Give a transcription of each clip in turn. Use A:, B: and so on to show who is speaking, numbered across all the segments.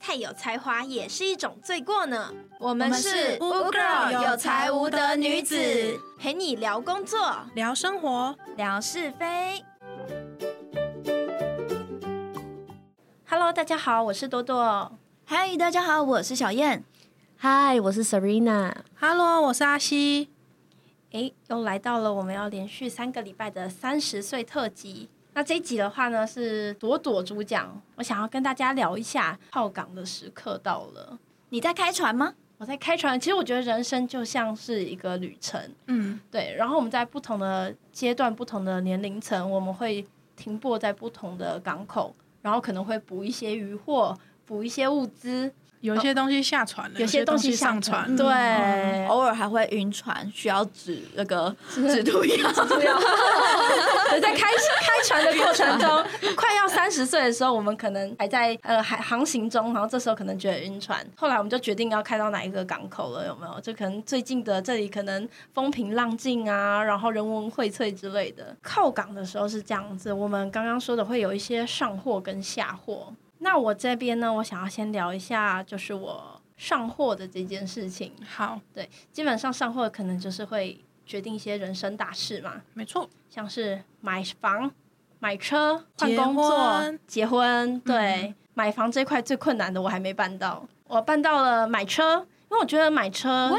A: 再哎有才华也是一种罪过呢。我们
B: 是 Wu Girl 有才无德女子，
A: 陪你聊工作、
B: 聊生活，
A: 聊是非。Hello，大家好，我是朵朵。
C: 嗨，大家好，我是小燕。
D: 嗨，我是 Serena。
B: Hello，我是阿西。
A: 诶，又来到了我们要连续三个礼拜的三十岁特辑。那这一集的话呢，是朵朵主讲，我想要跟大家聊一下泡港的时刻到了。
C: 你在开船吗？
A: 我在开船，其实我觉得人生就像是一个旅程，
B: 嗯，
A: 对。然后我们在不同的阶段、不同的年龄层，我们会停泊在不同的港口，然后可能会捕一些渔获，捕一些物资，
B: 有些东西下船了，
A: 有些东
B: 哦东
A: 西
B: 上
A: 船。
B: 船。
A: 对，
C: 嗯偶尔还会晕船，需要指那 个指路药。
A: 对啊 在开开船的过程中，快要三十岁的时候，我们可能还在呃海航行中，然后这时候可能觉得晕船。后来我们就决定要开到哪一个港口了，有没有？就可能最近的这里可能风平浪静啊，然后人文荟萃之类的。靠港的时候是这样子，我们刚刚说的会有一些上货跟下货。那我这边呢，我想要先聊一下，就是我上货的这件事情。
B: 好，
A: 对，基本上上货可能就是会决定一些人生大事嘛。
B: 没错，
A: 像是买房、买车、换
B: 结
A: 工作、
B: 婚
A: 结婚，
C: 嗯
A: 对，买房这块最困难的我还没办到，我办到了买车。因为我觉得买车，
C: 哦，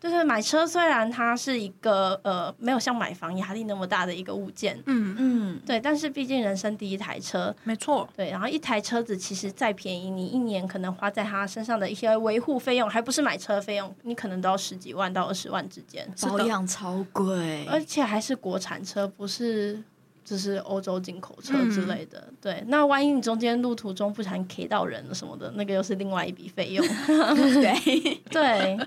A: 就是买车，虽然它是一个呃没有像买房压力那么大的一个物件，
B: 嗯，
C: 嗯，
A: 对，但是毕竟人生第一台车，
B: 没错，
A: 对，然后一台车子其实再便宜，你一年可能花在它身上的一些维护费用，还不是买车费用，你可能都要十几万到二十万之间，
C: 保养超 贵，
A: 而且还是国产车，不是只是欧洲进口车之类的。对，那万一你中间路途中不小心 K 到人了什么的，那个又是另外一笔费用。
C: 对，
A: 对，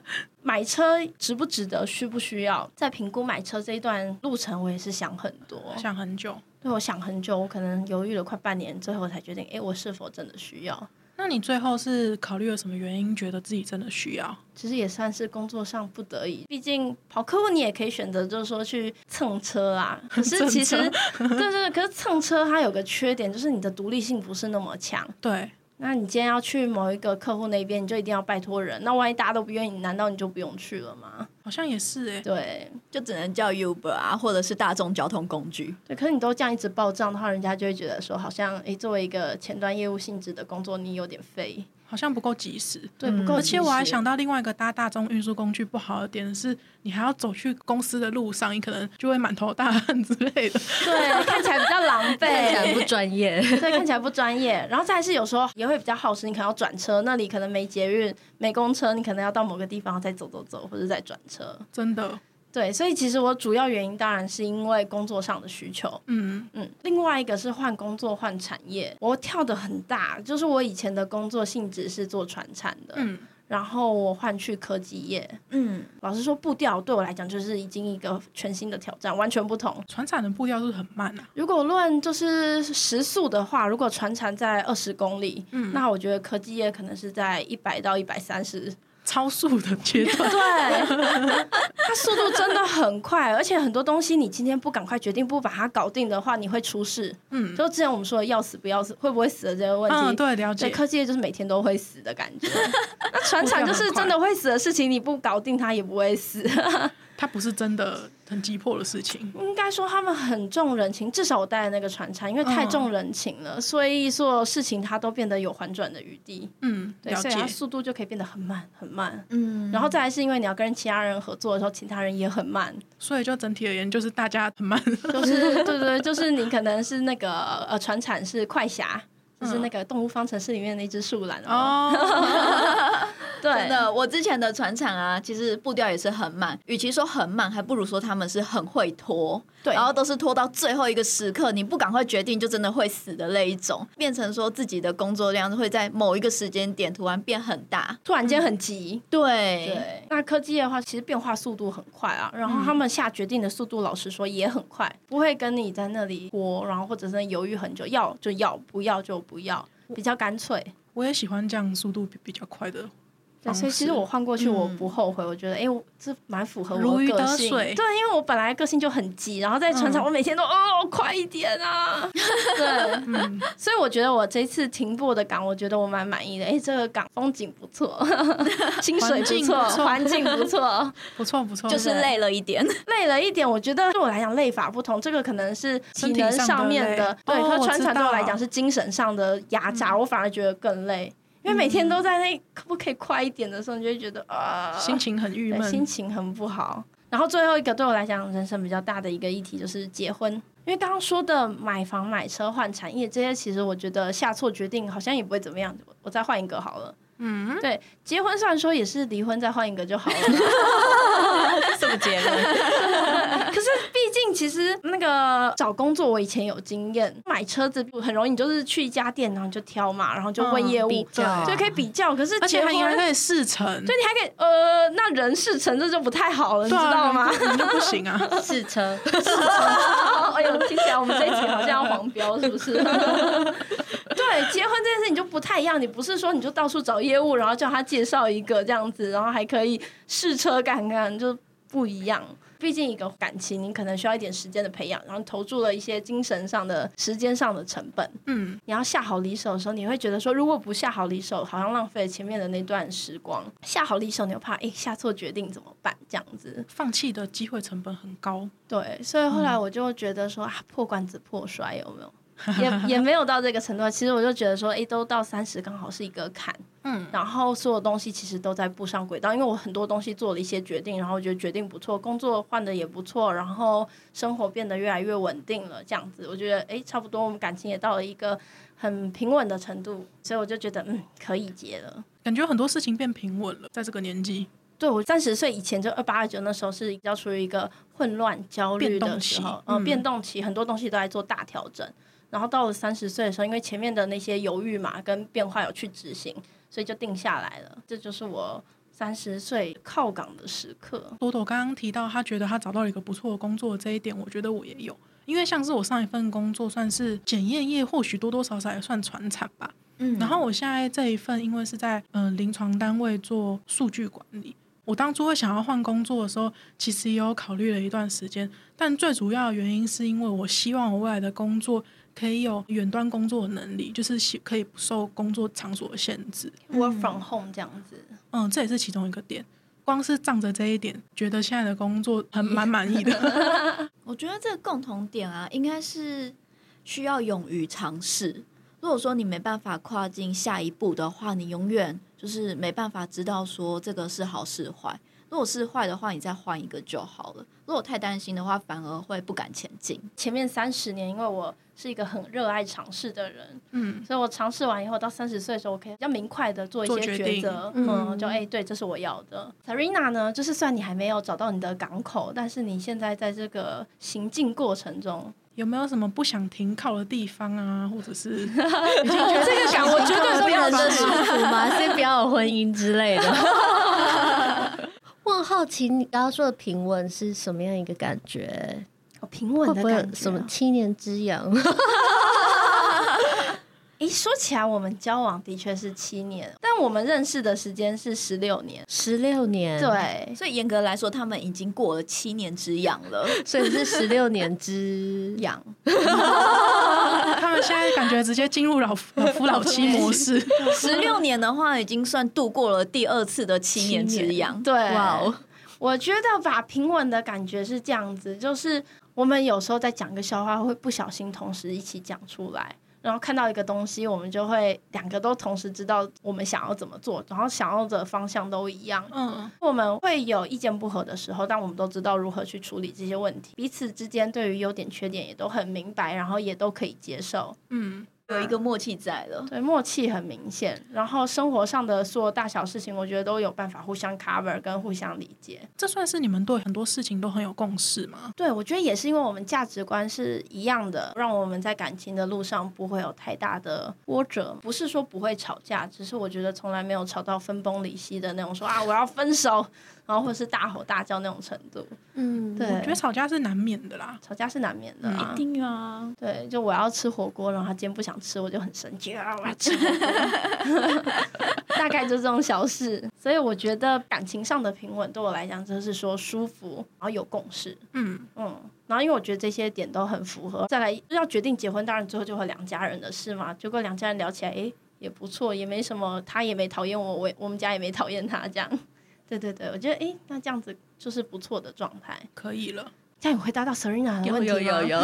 A: 买车值不值得，需不需要，在评估买车这一段路程，我也是想很多。
B: 想很久。
A: 对，我想很久，我可能犹豫了快半年，最后才决定，诶，我是否真的需要？
B: 那你最后是考虑了什么原因，觉得自己真的需要？
A: 其实也算是工作上不得已，毕竟跑客户你也可以选择，就是说去蹭车 啊。可是其实， 对对，可是蹭车它有个缺点，就是你的独立性不是那么强。
B: 对，
A: 那你今天要去某一个客户那边，你就一定要拜托人。那万一大家都不愿意，难道你就不用去了吗？
B: 好像也是哎、
A: 对
C: 就只能叫 Uber 啊，或者是大众交通工具。
A: 对，可是你都这样一直报账的话，人家就会觉得说，好像诶，作为一个前端业务性质的工作，你有点废。
B: 好像不够及时。
A: 对，不够及时、
B: 嗯而且我还想到另外一个搭大众运输工具不好的点是，你还要走去公司的路上，你可能就会满头大汗之类的。
A: 对，看起来比较狼狈，
D: 很不专业，
A: 对，看起来不专业。然后再来是有时候也会比较耗时，你可能要转车，那里可能没捷运、没公车，你可能要到某个地方再走走走，或者再转车。
B: 真的，
A: 对，所以其实我主要原因当然是因为工作上的需求，
B: 嗯，
A: 嗯，另外一个是换工作换产业，我跳的很大，就是我以前的工作性质是做传产的，
B: 嗯，
A: 然后我换去科技业。
C: 嗯，
A: 老实说，步调对我来讲就是已经一个全新的挑战，完全不同。
B: 船产的步调是不是很慢啊。
A: 如果论就是时速的话，如果船产在二十公里，
B: 嗯
A: 那我觉得科技业可能是在一百到一百三十。
B: 超速的阶段，
A: 对，它速度真的很快，而且很多东西你今天不赶快决定，不把它搞定的话，你会出事。
B: 嗯
A: 就之前我们说的要死不要死，会不会死的这 个问题。
B: 嗯， 对，了
A: 对
B: 解，
A: 科技业就是每天都会死的 感觉，那船产就是真的会死的事情，你不搞定它也不会死。
B: 它不是真的很急迫的事情，
A: 应该说他们很重人情，至少我带的那个船厂，因为太重人情了，所以所有事情它都变得有缓转的余地。
B: 嗯，
A: 对，
B: 了
A: 所以它
B: 解，
A: 速度就可以变得很慢很慢。
C: 嗯，
A: 然后再来是因为你要跟其他人合作的时候，其他人也很慢，
B: 所以就整体而言，就是大家很慢，
A: 就是对对对，就是你可能是那个呃船产是快侠，就是那个《动物方程式》里面那只树懒哦，
B: 哦，
C: 真
A: 对。
C: 的，我之前的船厂啊，其实步调也是很慢，与其说很慢，还不如说他们是很会拖，
A: 对
C: 然后都是拖到最后一个时刻，你不赶快决定，就真的会死的那一种，变成说自己的工作量会在某一个时间点突然变很大，
A: 突然间很急，
C: 对，
A: 对。那科技业的话，其实变化速度很快啊，然
B: 嗯
A: 后他们下决定的速度，老实说也很快，不会跟你在那里拖，然后或者是犹豫很久，要就要，不要就不要，比较干脆。
B: 我也喜欢这样速度比比较快的
A: 对，
B: 方式。
A: 所以其实我换过去，我
C: 嗯
A: 不后悔。我觉得，哎、我这蛮符合我
B: 如
A: 的
B: 鱼
A: 个
B: 得
A: 性。
B: 水
A: 对，因为我本来个性就很急，然后在船上，
B: 嗯
A: 我每天都、哦，快一点 啊！对，
B: 嗯，
A: 所以我觉得我这次停泊的港，我觉得我蛮满意的。哎、这个港风景不错， 薪水不
B: 环境
A: 错
B: 不，错
A: 环境不错。
B: 不错不错，
C: 就是累了一点，
A: 累了一点，我觉得对我来讲累法不同，这个可能是体能上面的，
B: 身体上的
A: 对，
B: 累
A: 可
B: 哦
A: 是船
B: 我知
A: 产对我
B: 道嗯
A: 来讲是精神上的压榨，我反而觉得更累，因为每天都在那可不可以快一点的时候，你就会觉得啊，
B: 心情很郁
A: 对
B: 闷，
A: 心情很不好。然后最后一个对我来讲人生比较大的一个议题就是结婚，因为刚刚说的买房、买车、换产业这些，其实我觉得下错决定好像也不会怎么样，我我再换一个好了。
B: 嗯，
A: 对，结婚虽然说也是离婚再换一个就好了，
E: 什么结论？
A: 可是毕竟其实那个找工作我以前有经验，买车子很容易，你就是去一家店，然后你就挑嘛，然后就问业务，
E: 比较
A: 对，可以比较。可是
B: 而
A: 结
B: 且
A: 婚，
B: 还
A: 对，你
B: 还可以试乘，对
A: 还可以呃，那人事成这就不太好了，你知
B: 啊
A: 道吗？
B: 你就不行啊，
E: 试车，
A: 哎呦，听起来我们这一集好像要黄标，是不是？对，结婚这件事情就不太一样，你不是说你就到处找业务，然后叫他介绍一个这样子，然后还可以试车看看，就不一样。毕竟一个感情，你可能需要一点时间的培养，然后投注了一些精神上的、时间上的成本。
B: 嗯，
A: 你要下好离手的时候，你会觉得说，如果不下好离手，好像浪费了前面的那段时光。下好离手，你又怕哎、诶下错决定怎么办？这样子，
B: 放弃的机会成本很高，
A: 对，所以后来我就觉得说、啊，破罐子破摔有没有？也也没有到这个程度。其实我就觉得说，诶，都到三十刚好是一个坎，
B: 嗯，
A: 然后所有东西其实都在步上轨道。因为我很多东西做了一些决定，然后我觉得决定不错，工作换的也不错，然后生活变得越来越稳定了，这样子，我觉得诶，差不多，我们感情也到了一个很平稳的程度，所以我就觉得嗯，可以结了。
B: 感觉很多事情变平稳了，在这个年纪，
A: 对我三十岁以前就二八二九那时候是比较处于一个混乱焦虑的时候
B: 变动
A: 呃，
B: 期，嗯
A: 变动期很多东西都在做大调整。然后到了三十岁的时候，因为前面的那些犹豫嘛跟变化有去执行，所以就定下来了。这就是我三十岁靠港的时刻。
B: 朵朵刚刚提到，她觉得她找到了一个不错的工作，这一点我觉得我也有，因为像是我上一份工作算是检验业，或许多多少少也算传产吧。
C: 嗯
B: 然后我现在这一份，因为是在嗯、呃临床单位做数据管理。我当初会想要换工作的时候，其实也有考虑了一段时间，但最主要的原因是因为我希望我未来的工作可以有远端工作的能力，就是希可以不受工作场所的限制。
A: Work from home 这样子，
B: 嗯，这也是其中一个点。光是仗着这一点，觉得现在的工作很蛮满意的。
C: 我觉得这个共同点啊，应该是需要勇于尝试。如果说你没办法跨进下一步的话，你永远就是没办法知道说这个是好是坏。如果是坏的话，你再换一个就好了。如果太担心的话，反而会不敢前 进。
A: 前面三十年，因为我是一个很热爱尝试的人，
B: 嗯，
A: 所以我尝试完以后，到三十岁的时候，我可以比较明快的做一
B: 做
A: 些
B: 决
A: 抉
B: 定
A: 择，
C: 嗯
A: 嗯，就哎、对，这是我要的。Sarina 呢，就是算你还没有找到你的港口，但是你现在在这个行进过程中，
B: 有没有什么不想停靠的地方啊？或者是
A: 这个港我绝对
D: 不
A: 不
D: 要
A: 要
D: 的
A: 的
D: 舒服吗？先不要有婚姻之类的。 我很好奇，你刚刚说的平稳是什么样一个感觉？
A: 有平稳
D: 会
A: 的
D: 不会
A: 感
D: 有
A: 觉。啊
D: 什么？七年之痒？
A: 诶，说起来，我们交往的确是七年，但我们认识的时间是十六年。
D: 十六年，，
A: 对，。
C: 所以严格来说，他们已经过了七年之痒 了。
D: 所以是十六年之
A: 养
B: 他们现在感觉直接进入老夫老夫老妻模式，
C: 十六年的话，已经算度过了第二次的七年之痒。
A: 对，
C: 哇哦，
A: 我觉得吧，平稳的感觉是这样子，就是我们有时候在讲个笑话，会不小心同时一起讲出来，然后看到一个东西，我们就会两个都同时知道我们想要怎么做，然后想要的方向都一样。
B: 嗯，
A: 我们会有意见不合的时候，但我们都知道如何去处理这些问题，彼此之间对于优点缺点也都很明白，然后也都可以接受，
B: 嗯，
C: 有一个默契在了。
A: 对，默契很明显。然后生活上的所有大小事情，我觉得都有办法互相 cover 跟互相理解。
B: 这算是你们对很多事情都很有共识吗？
A: 对，我觉得也是因为我们价值观是一样的，让我们在感情的路上不会有太大的波折。不是说不会吵架，只是我觉得从来没有吵到分崩离析的那种，说啊我要分手，然后或是大吼大叫那种程度。
D: 嗯，
A: 对，
B: 我觉得吵架是难免的啦。
A: 吵架是难免的、啊，
C: 定啊，
A: 对，就我要吃火锅，然后他今天不想想吃，我就很生气啊，我要吃火锅。 大概就这种小事，所以我觉得感情上的平稳对我来讲，就是说舒服，然后有共识，
B: 嗯，
A: 嗯，然后因为我觉得这些点都很符合，再来要决定结婚，当然最后就会两家人的事嘛。结果两家人聊起来，诶，也不错，也没什么，他也没讨厌我，我也我们家也没讨厌他，这样。对对对，我觉得诶，那这样子就是不错的状态。
B: 可以了。
A: 这样 有回答到 Serena 的
E: 有
A: 问题吗
E: 有有有，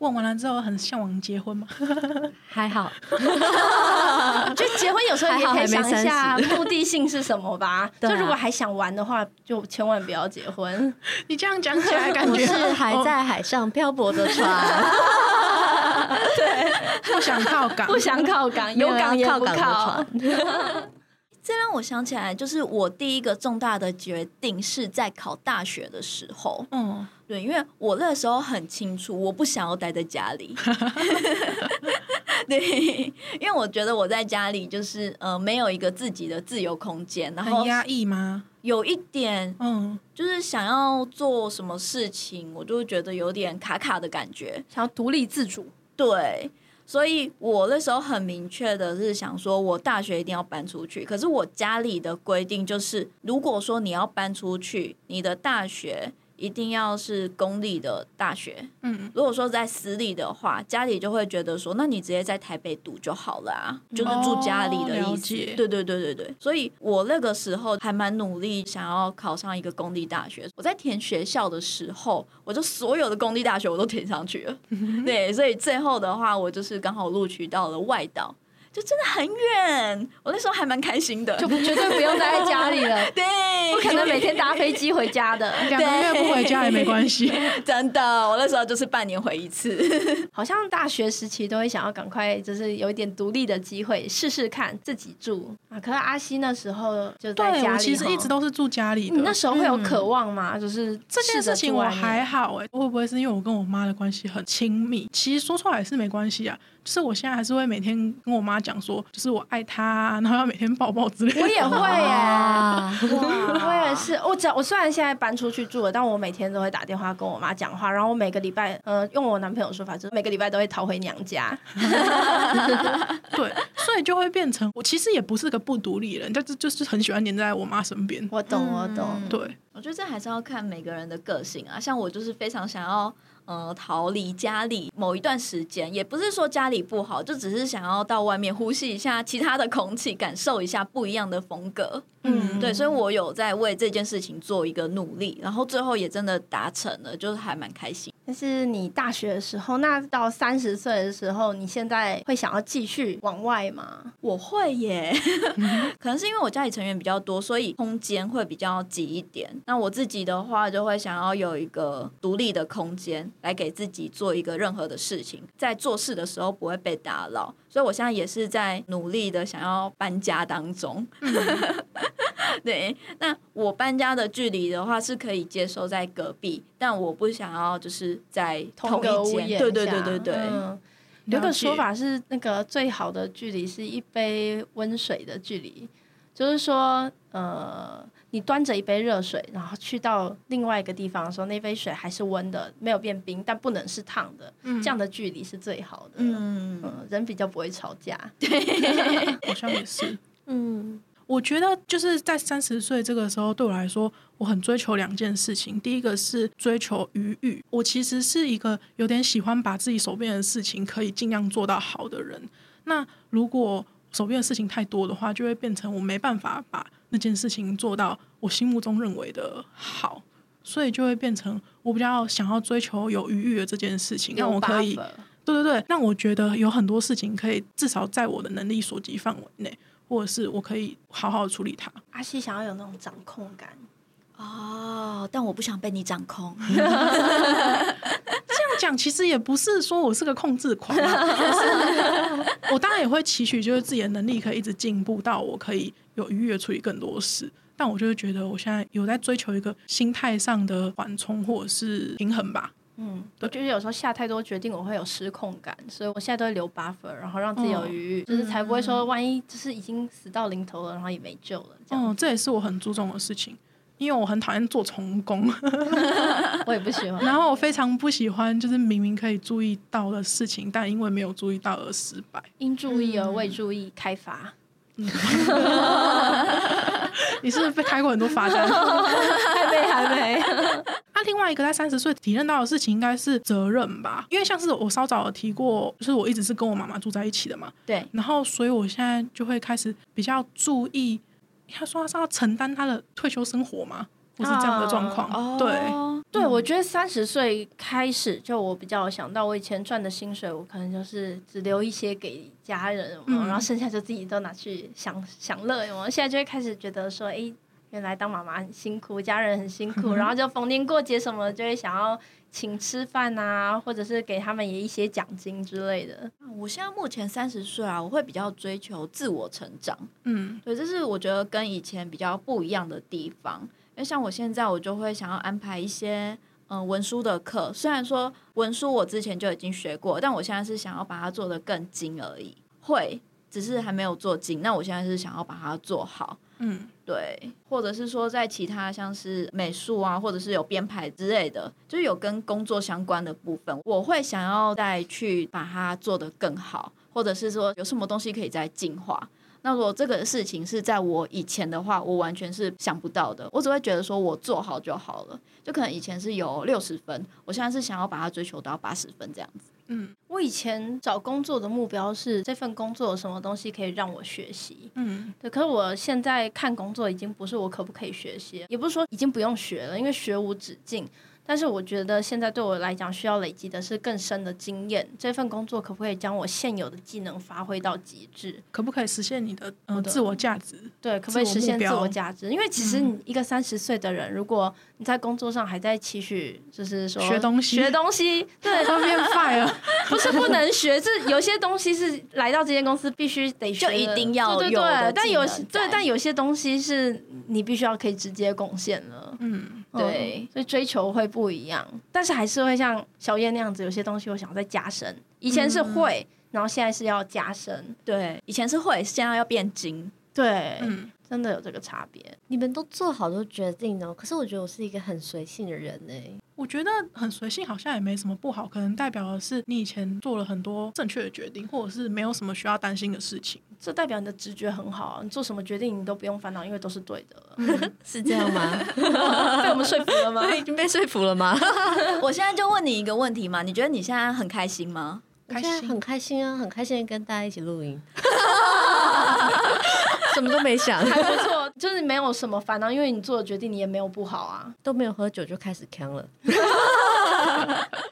B: 问完了之后，很向往结婚吗？
D: 还好，
A: 我觉 得结婚有时候也可以想一下目的性是什么吧。
D: 对啊
A: 就如果还想玩的话，就千万不要结婚。
B: 你这样讲起来，感
D: 我
B: 觉
D: 是还在海上漂泊的 船，
B: 哦不想靠港，
A: 不想靠港，有港也
D: 啊靠
A: 不
D: 港的
A: 靠
D: 船。。
C: 这让我想起来，就是我第一个重大的决定是在考大学的时候。
B: 嗯，
C: 对，因为我那时候很清楚，我不想要待在家 里。对，因为我觉得我在家里就是呃没有一个自己的自由空间，然
B: 很
C: 后
B: 压抑吗？
C: 有一点
B: 嗯，
C: 就是想要做什么事情，我就会觉得有点卡卡的感觉。
A: 想要独立自主，
C: 对，所以我那时候很明确的是想说，我大学一定要搬出去。可是我家里的规定就是，如果说你要搬出去，你的大学一定要是公立的大学。
B: 嗯，
C: 如果说在私立的话，家里就会觉得说，那你直接在台北读就好了啊，
A: 嗯
C: 就是住家里的
B: 哦了
C: 意思。
B: 解
C: 对对对对对，所以我那个时候还蛮努力，想要考上一个公立大学。我在填学校的时候，我就所有的公立大学我都填上 去了。对，所以最后的话，我就是刚好录取到了外岛。就真的很远，我那时候还蛮开心的，
A: 就绝对不用待在家里 了。
C: 对，
A: 不可能每天搭飞机回家的。
B: 两个月不回家也没关 系。
C: 真的，我那时候就是半年回一次。
A: 好像大学时期都会想要赶快，就是有一点独立的机会，试试看自己住啊。可是阿西那时候就在
B: 对，
A: 家
B: 我
A: 里，
B: 其实一直
A: 吼。
B: 都是住家里
A: 你那
B: 的。
A: 时候会有渴望吗？就是
B: 这件事情我还
A: 好，
B: 好哎、会不会是因为我跟我妈的关系很亲密？其实说出来是没关系啊，就是我现在还是会每天跟我妈讲说，就是我爱她啊、然后要每天抱抱之类的。
A: 我也会耶。
D: 哇，
A: 我也是，我只要我虽然现在搬出去住了，但我每天都会打电话跟我妈讲话，然后我每个礼拜，呃，用我男朋友说法，就是每个礼拜都会逃回娘家。
B: 对，所以就会变成我其实也不是个不独立人，但是就是很喜欢黏在我妈身边。
A: 我懂，我懂。
C: 嗯
B: 对，
C: 我觉得这还是要看每个人的个性啊。像我就是非常想要呃逃离家里某一段时间，也不是说家里不好，就只是想要到外面呼吸一下其他的空气，感受一下不一样的风格。
B: 嗯
C: 对，所以我有在为这件事情做一个努力，然后最后也真的达成了，就是还蛮开心。
A: 但是你大学的时候，那到三十岁的时候，你现在会想要继续往外吗？
C: 我会耶，
A: 嗯
C: 可能是因为我家里成员比较多，所以空间会比较挤一点。那我自己的话，就会想要有一个独立的空间来给自己做一个任何的事情，在做事的时候不会被打扰。所以我现在也是在努力的想要搬家当中。
A: 嗯
C: 对，那我搬家的距离的话是可以接受在隔壁，但我不想要就是在同
A: 个
C: 一
A: 屋
C: 间。
A: 檐
C: 对对
A: 下
C: 对对对，
A: 嗯有一个
B: 了解
A: 说法是，那个最好的距离是一杯温水的距离，就是说，呃，你端着一杯热水，然后去到另外一个地方的时候，那杯水还是温的，没有变冰，但不能是烫的，
B: 嗯
A: 这样的距离是最好的。嗯
C: 嗯，
A: 人比较不会吵架。
B: 好像也是。
D: 嗯，
B: 我觉得就是在三十岁这个时候，对我来说，我很追求两件事情。第一个是追求余裕，我其实是一个有点喜欢把自己手边的事情可以尽量做到好的人。那如果手边的事情太多的话，就会变成我没办法把那件事情做到我心目中认为的好，所以就会变成我比较想要追求有余裕的这件事情，让我可以
A: 有 buffer
B: 对对对，那我觉得有很多事情可以至少在我的能力所及范围内，或者是我可以好好处理它。
A: 阿西想要有那种掌控感，
C: 哦，但我不想被你掌控。
B: 这样讲其实也不是说我是个控制狂、啊，可是我当然也会期许，就是自己的能力可以一直进步到我可以有愉悦处理更多事。但我就会觉得我现在有在追求一个心态上的缓冲或者是平衡吧。
A: 嗯，
B: 对
A: 我就是有时候下太多决定，我会有失控感，所以我现在都会留 buffer，然后让自己有余裕，
B: 嗯
A: 就是才不会说万一就是已经死到临头了，然后也没救了这样。
B: 嗯，这也是我很注重的事情。因为我很讨厌做重工，
A: 我也不喜欢。
B: 然后我非常不喜欢就是明明可以注意到的事情，但因为没有注意到而失败。
A: 因注意而未注意开发，
B: 你是不是被开过很多罚单？
A: 还没还没。
B: 那、另外一个在三十岁体认到的事情应该是责任吧，因为像是我稍早有提过，就是我一直是跟我妈妈住在一起的嘛，
C: 对，
B: 然后所以我现在就会开始比较注意，他说他是要承担他的退休生活嘛，或是这样的状况，
A: 啊
C: 哦，
B: 对。
A: 对，我觉得三十岁开始，就我比较有想到，我以前赚的薪水，我可能就是只留一些给家人，有没有
B: 嗯
A: 然后剩下就自己都拿去享享乐。我现在就会开始觉得说，哎，原来当妈妈很辛苦，家人很辛 苦，然后就逢年过节什么，就会想要请吃饭啊，或者是给他们也一些奖金之类的。
C: 我现在目前三十岁啊，我会比较追求自我成长。
B: 嗯，
C: 对，这是我觉得跟以前比较不一样的地方。因为像我现在，我就会想要安排一些嗯、呃文书的课，虽然说文书我之前就已经学过，但我现在是想要把它做得更精而已，会只是还没有做精。那我现在是想要把它做好。
B: 嗯，
C: 对，或者是说在其他像是美术啊，或者是有编排之类的，就是有跟工作相关的部分，我会想要再去把它做得更好，或者是说有什么东西可以再进化。那如果这个事情是在我以前的话，我完全是想不到的，我只会觉得说我做好就好了，就可能以前是有六十分，我现在是想要把它追求到八十分这样子。
A: 我以前找工作的目标是这份工作有什么东西可以让我学习。
B: 嗯，
A: 对，可是我现在看工作已经不是我可不可以学习，也不是说已经不用学了，因为学无止境。但是我觉得现在对我来讲，需要累积的是更深的经验。这份工作可不可以将我现有的技能发挥到极致？
B: 可不可以实现你的呃
A: 我的
B: 自我价值？
A: 对，可不可以
B: 自我
A: 实现自
B: 目标嗯
A: 我价值？因为其实你一个三十岁的人，如果你在工作上还在期许，就是说
B: 学东西
A: 学东西，对，
B: 会变 fire，
A: 不是不能学，是有些东西是来到这间公司必须得学的，
C: 就一定要
A: 对对
C: 有
A: 对，
C: 的
A: 但
C: 技
A: 有
C: 能
A: 些
C: 在
A: 对，但有些东西是你必须要可以直接贡献了。
B: 嗯，
A: 对，所以追求会不一样，但是还是会像小叶那样子，有些东西我想要再加深。以前是
C: 嗯
A: 会，然后现在是要加深。
C: 对，以前是会，现在要变精。
A: 对，
B: 嗯
A: 真的有这个差别。
D: 你们都做好多决定哦，可是我觉得我是一个很随性的人欸呢、
B: 我觉得很随性，好像也没什么不好，可能代表的是你以前做了很多正确的决定，或者是没有什么需要担心的事情。
A: 这代表你的直觉很好啊，你做什么决定你都不用烦恼，因为都是对的
C: 嗯
A: 了。
E: 是这样吗？
A: 被我们说服了 吗？
E: 已经被说服了 吗？
C: 我现在就问你一个问题嘛，你觉得你现在很开心吗？
D: 我
B: 开
D: 现在
B: 心
D: 很开心啊，很开心地跟大家一起录音。
E: 什么都没想，，
A: 还不错，就是没有什么烦恼，因为你做的决定你也没有不好啊。
D: 都没有喝酒就开始扛了。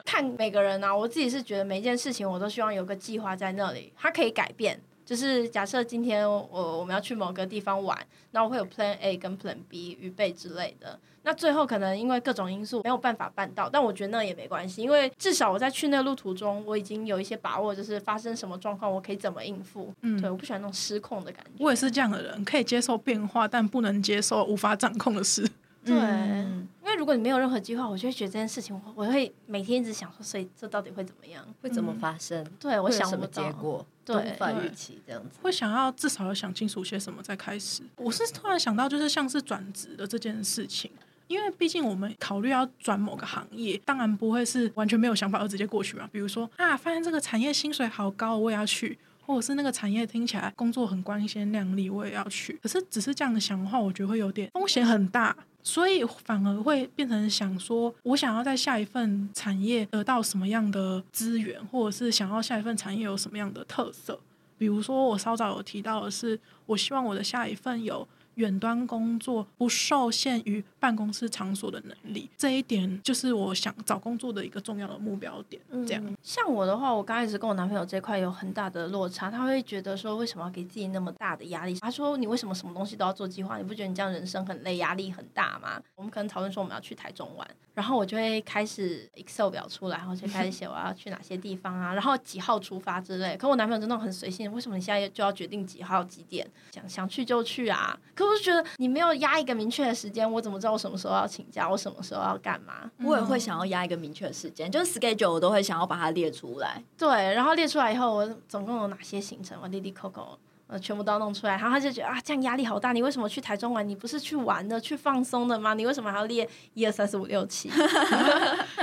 A: 看每个人啊，我自己是觉得每一件事情我都希望有个计划在那里，它可以改变。就是假设今天我我们要去某个地方玩，那我会有 Plan A 跟 Plan B 预备之类的。那最后可能因为各种因素没有办法办到，但我觉得那也没关系，因为至少我在去那个路途中，我已经有一些把握，就是发生什么状况我可以怎么应付。
B: 嗯
A: 对，我不喜欢那种失控的感觉。
B: 我也是这样的人，可以接受变化，但不能接受无法掌控的事。
A: 对，
C: 嗯
A: 因为如果你没有任何计划，我就会觉得这件事情，我我会每天一直想说，所以这到底会怎么样？
D: 会怎么发生？
A: 对，我
D: 会有
A: 想
D: 什
A: 不
D: 么
A: 到
D: 结。果？
A: 对
D: 都无法预期这样子。
B: 会想要至少要想清楚些什么再开始。我是突然想到，就是像是转职的这件事情，因为毕竟我们考虑要转某个行业，当然不会是完全没有想法而直接过去嘛。比如说啊，发现这个产业薪水好高，我也要去。或者是那个产业听起来工作很光鲜亮丽，我也要去。可是只是这样想的话，我觉得会有点风险很大，所以反而会变成想说，我想要在下一份产业得到什么样的资源，或者是想要下一份产业有什么样的特色。比如说，我稍早有提到的是，我希望我的下一份有远端工作不受限于办公室场所的能力，这一点就是我想找工作的一个重要的目标点。
A: 嗯
B: 这样，
A: 像我的话，我刚开始跟我男朋友这块有很大的落差，他会觉得说，为什么要给自己那么大的压力？他说，你为什么什么东西都要做计划？你不觉得你这样人生很累，压力很大吗？我们可能讨论说我们要去台中玩，然后我就会开始 Excel 表出来，然后就开始写我要去哪些地方啊，然后几号出发之类。可我男朋友真的很随性，为什么你现在就要决定几号几点？想想去就去啊。可我就觉得你没有压一个明确的时间，我怎么知道我什么时候要请假，我什么时候要干嘛？
C: 我也会想要压一个明确的时间，就是 schedule 我都会想要把它列出来。
A: 对，然后列出来以后，我总共有哪些行程？我滴滴扣扣，呃，全部都要弄出来，然后他就觉得啊，这样压力好大。你为什么去台中玩？你不是去玩的、去放松的吗？你为什么还要列一二三四五六 七？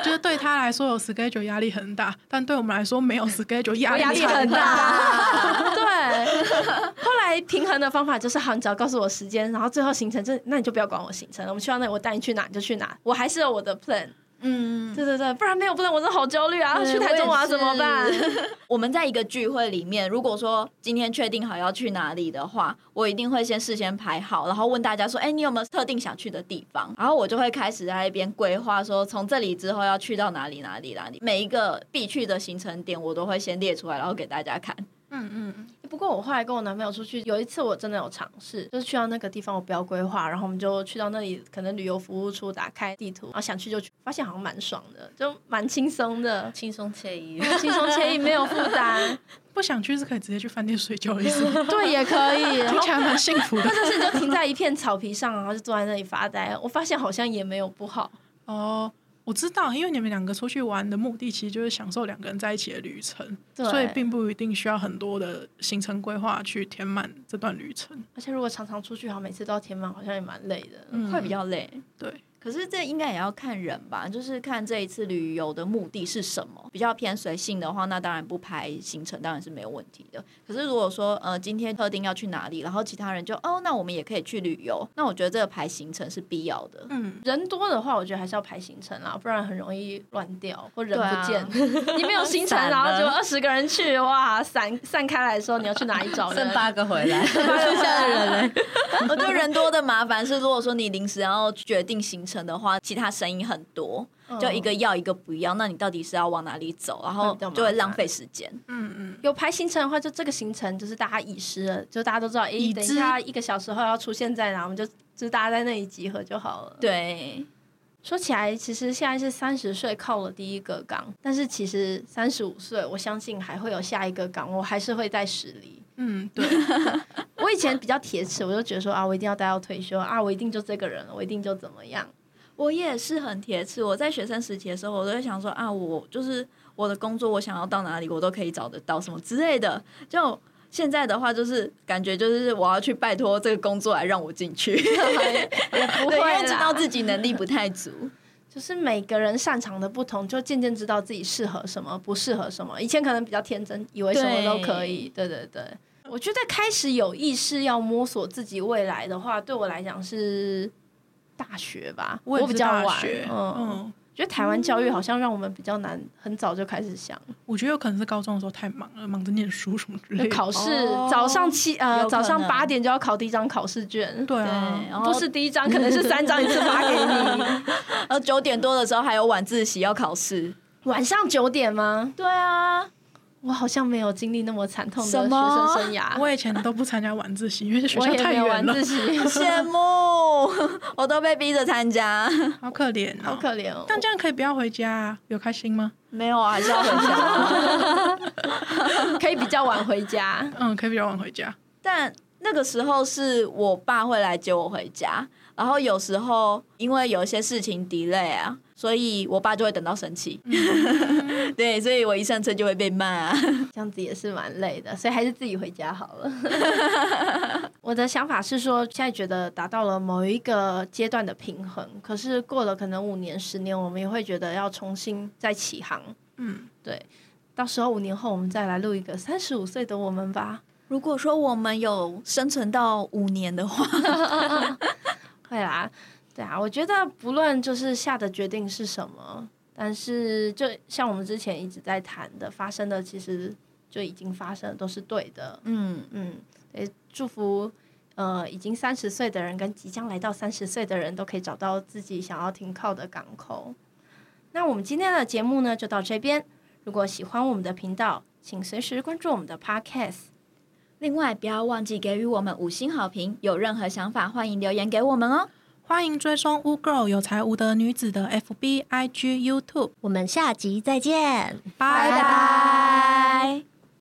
B: 就是对他来说有 schedule 压力很大，但对我们来 说没有 schedule 压
A: 压力
B: 力
A: 很
B: 很
A: 大。 对，后来平衡的方法就是，好，你只要告诉我时间，然后最后行程这，那你就不要管我行程了。我们去到那里，我带你去哪你就去哪，我还是有我的 plan。
C: 嗯，
A: 对对对，不然没有 plan，我真的好焦虑啊！去台中我要怎么办？
C: 我们在一个聚会里面，如果说今天确定好要去哪里的话，我一定会先事先排好，然后问大家说：“哎、你有没有特定想去的地方？”然后我就会开始在那边规划，说从这里之后要去到哪里哪里哪里，每一个必去的行程点我都会先列出来，然后给大家看。
B: 嗯嗯嗯，
A: 不过我后来跟我男朋友出去，有一次我真的有尝试，就是去到那个地方我不要规划，然后我们就去到那里，可能旅游服务处打开地图，然后想去就去，发现好像蛮爽的，就蛮轻松的
E: 轻松惬意。
A: 轻松惬意，没有负担，
B: 不想去是可以直接去饭店睡觉的 意思吗，
A: 对，也可以。然后
B: 听起来蛮幸福的。
A: 但是你就停在一片草皮上，然后就坐在那里发呆。我发现好像也没有不好，
B: 哦，我知道，因为你们两个出去玩的目的其实就是享受两个人在一起的旅程，
A: 对
B: 所以并不一定需要很多的行程规划去填满这段旅程。
A: 而且如果常常出去，好像每次都要填满，好像也蛮累的。
B: 嗯，
C: 会比较累。
B: 对，
C: 可是这应该也要看人吧，就是看这一次旅游的目的是什么。比较偏随性的话，那当然不排行程当然是没有问题的。可是如果说呃今天特定要去哪里，然后其他人就哦，那我们也可以去旅游，那我觉得这个排行程是必要 的。
B: 嗯，
A: 人多的话，我觉得还是要排行程啦，不然很容易乱掉或人不见。你没有行程，
E: 散
A: 然
E: 了
A: 后就二十个人去，哇，散散开来的时候，你要去哪里找人？
E: 剩八个回 来，剩下的人呢？
C: 我觉得呃人多的麻烦是，如果说你临时要决定行程的话，其他声音很多，就一个要一个不要，那你到底是要往哪里走？然后
A: 嗯会比较麻烦
C: 就会浪费时间。
B: 嗯嗯，
A: 有排行程的话，就这个行程就是大家已知了，就大家都知道，诶，
B: 已知
A: 等一下一个小时后要出现在哪，我们就就大家在那里集合就好了。
C: 对，
A: 说起来，其实现在是三十岁靠了第一个岗，但是其实三十五岁，我相信还会有下一个岗，我还是会在实力。
B: 嗯，对，
A: 我以前比较铁齿，我就觉得说啊，我一定要待到退休啊，我一定就这个人，我一定就怎么样。
C: 我也是很铁齿。我在学生时期的时候，我都会想说啊，我就是我的工作，我想要到哪里，我都可以找得到什么之类的。就现在的话，就是感觉就是我要去拜托这个工作来让我进去，
A: 也不
C: 对，因为
A: 会
C: 知道
A: 啦，
C: 自己能力不太足。
A: 就是每个人擅长的不同，就渐渐知道自己适合什么，不适合什么。以前可能比较天真，以为什么都可以。对对对，我觉得开始有意识要摸索自己未来的话，对我来讲是大学吧， 我
B: 也
A: 比
B: 是
A: 较
B: 大
A: 晚，
B: 学，
A: 嗯
B: 嗯，
A: 觉得台湾教育好像让我们比较难，很早就开始想
B: 我觉得有可能是高中的时候太忙了，忙着念书什么之
A: 就
B: 类的。
A: 考试，
C: 哦
A: 早上七呃
C: 有可能
A: 早上八点就要考第一张考试卷，
B: 对
C: 对，
B: 啊，
C: 然后
A: 不是第一张，可能是三张一次发给你。
C: 然后九点多的时候还有晚自习要考试。
A: 晚上九点吗？
C: 对啊，
A: 我好像没有经历那么惨痛的
C: 什
A: 学
C: 么
A: 生生涯，
B: 我以前都不参加晚自习，因为学
A: 我
B: 校
A: 也
B: 太
A: 没有
B: 远
A: 晚
B: 了
A: 自，习，
C: 羡慕， 我都被逼着参加。
B: 好可怜
A: 好
B: 哦。
A: 可怜哦。
B: 但这样可以不要回家啊？有开心吗？
C: 没有啊，还是要回家。
A: 可以比较晚回家，
B: 嗯，可以比较晚回家。
C: 但那个时候是我爸会来接我回家，然后有时候因为有一些事情 delay 啊，所以我爸就会等到生气。 对，所以我一上车就会被骂、啊。
A: 这样子也是蛮累的，所以还是自己回家好了。我的想法是说，现在觉得达到了某一个阶段的平衡，可是过了可能五年、十年，我们也会觉得要重新再起航。
B: 嗯，
A: 到时候五年后，我们再来录一个三十五岁的我们吧。
C: 如果说我们有生存到五年的话，
A: 会啦，对啊，我觉得不论就是下的决定是什么，但是就像我们之前一直在谈的，发生的其实就已经发生了，都是对的。
C: 嗯，
A: 嗯，也祝福呃已经三十岁的人跟即将来到三十岁的人都可以找到自己想要停靠的港口。那我们今天的节目呢就到这边。如果喜欢我们的频道，请随时关注我们的 Podcast。
C: 另外不要忘记给予我们五星好评，有任何想法欢迎留言给我们哦。
B: 欢迎追踪乌 girl 有才无德女子的 FB、IG、YouTube。
D: 我们下集再见。
B: 拜
C: 拜拜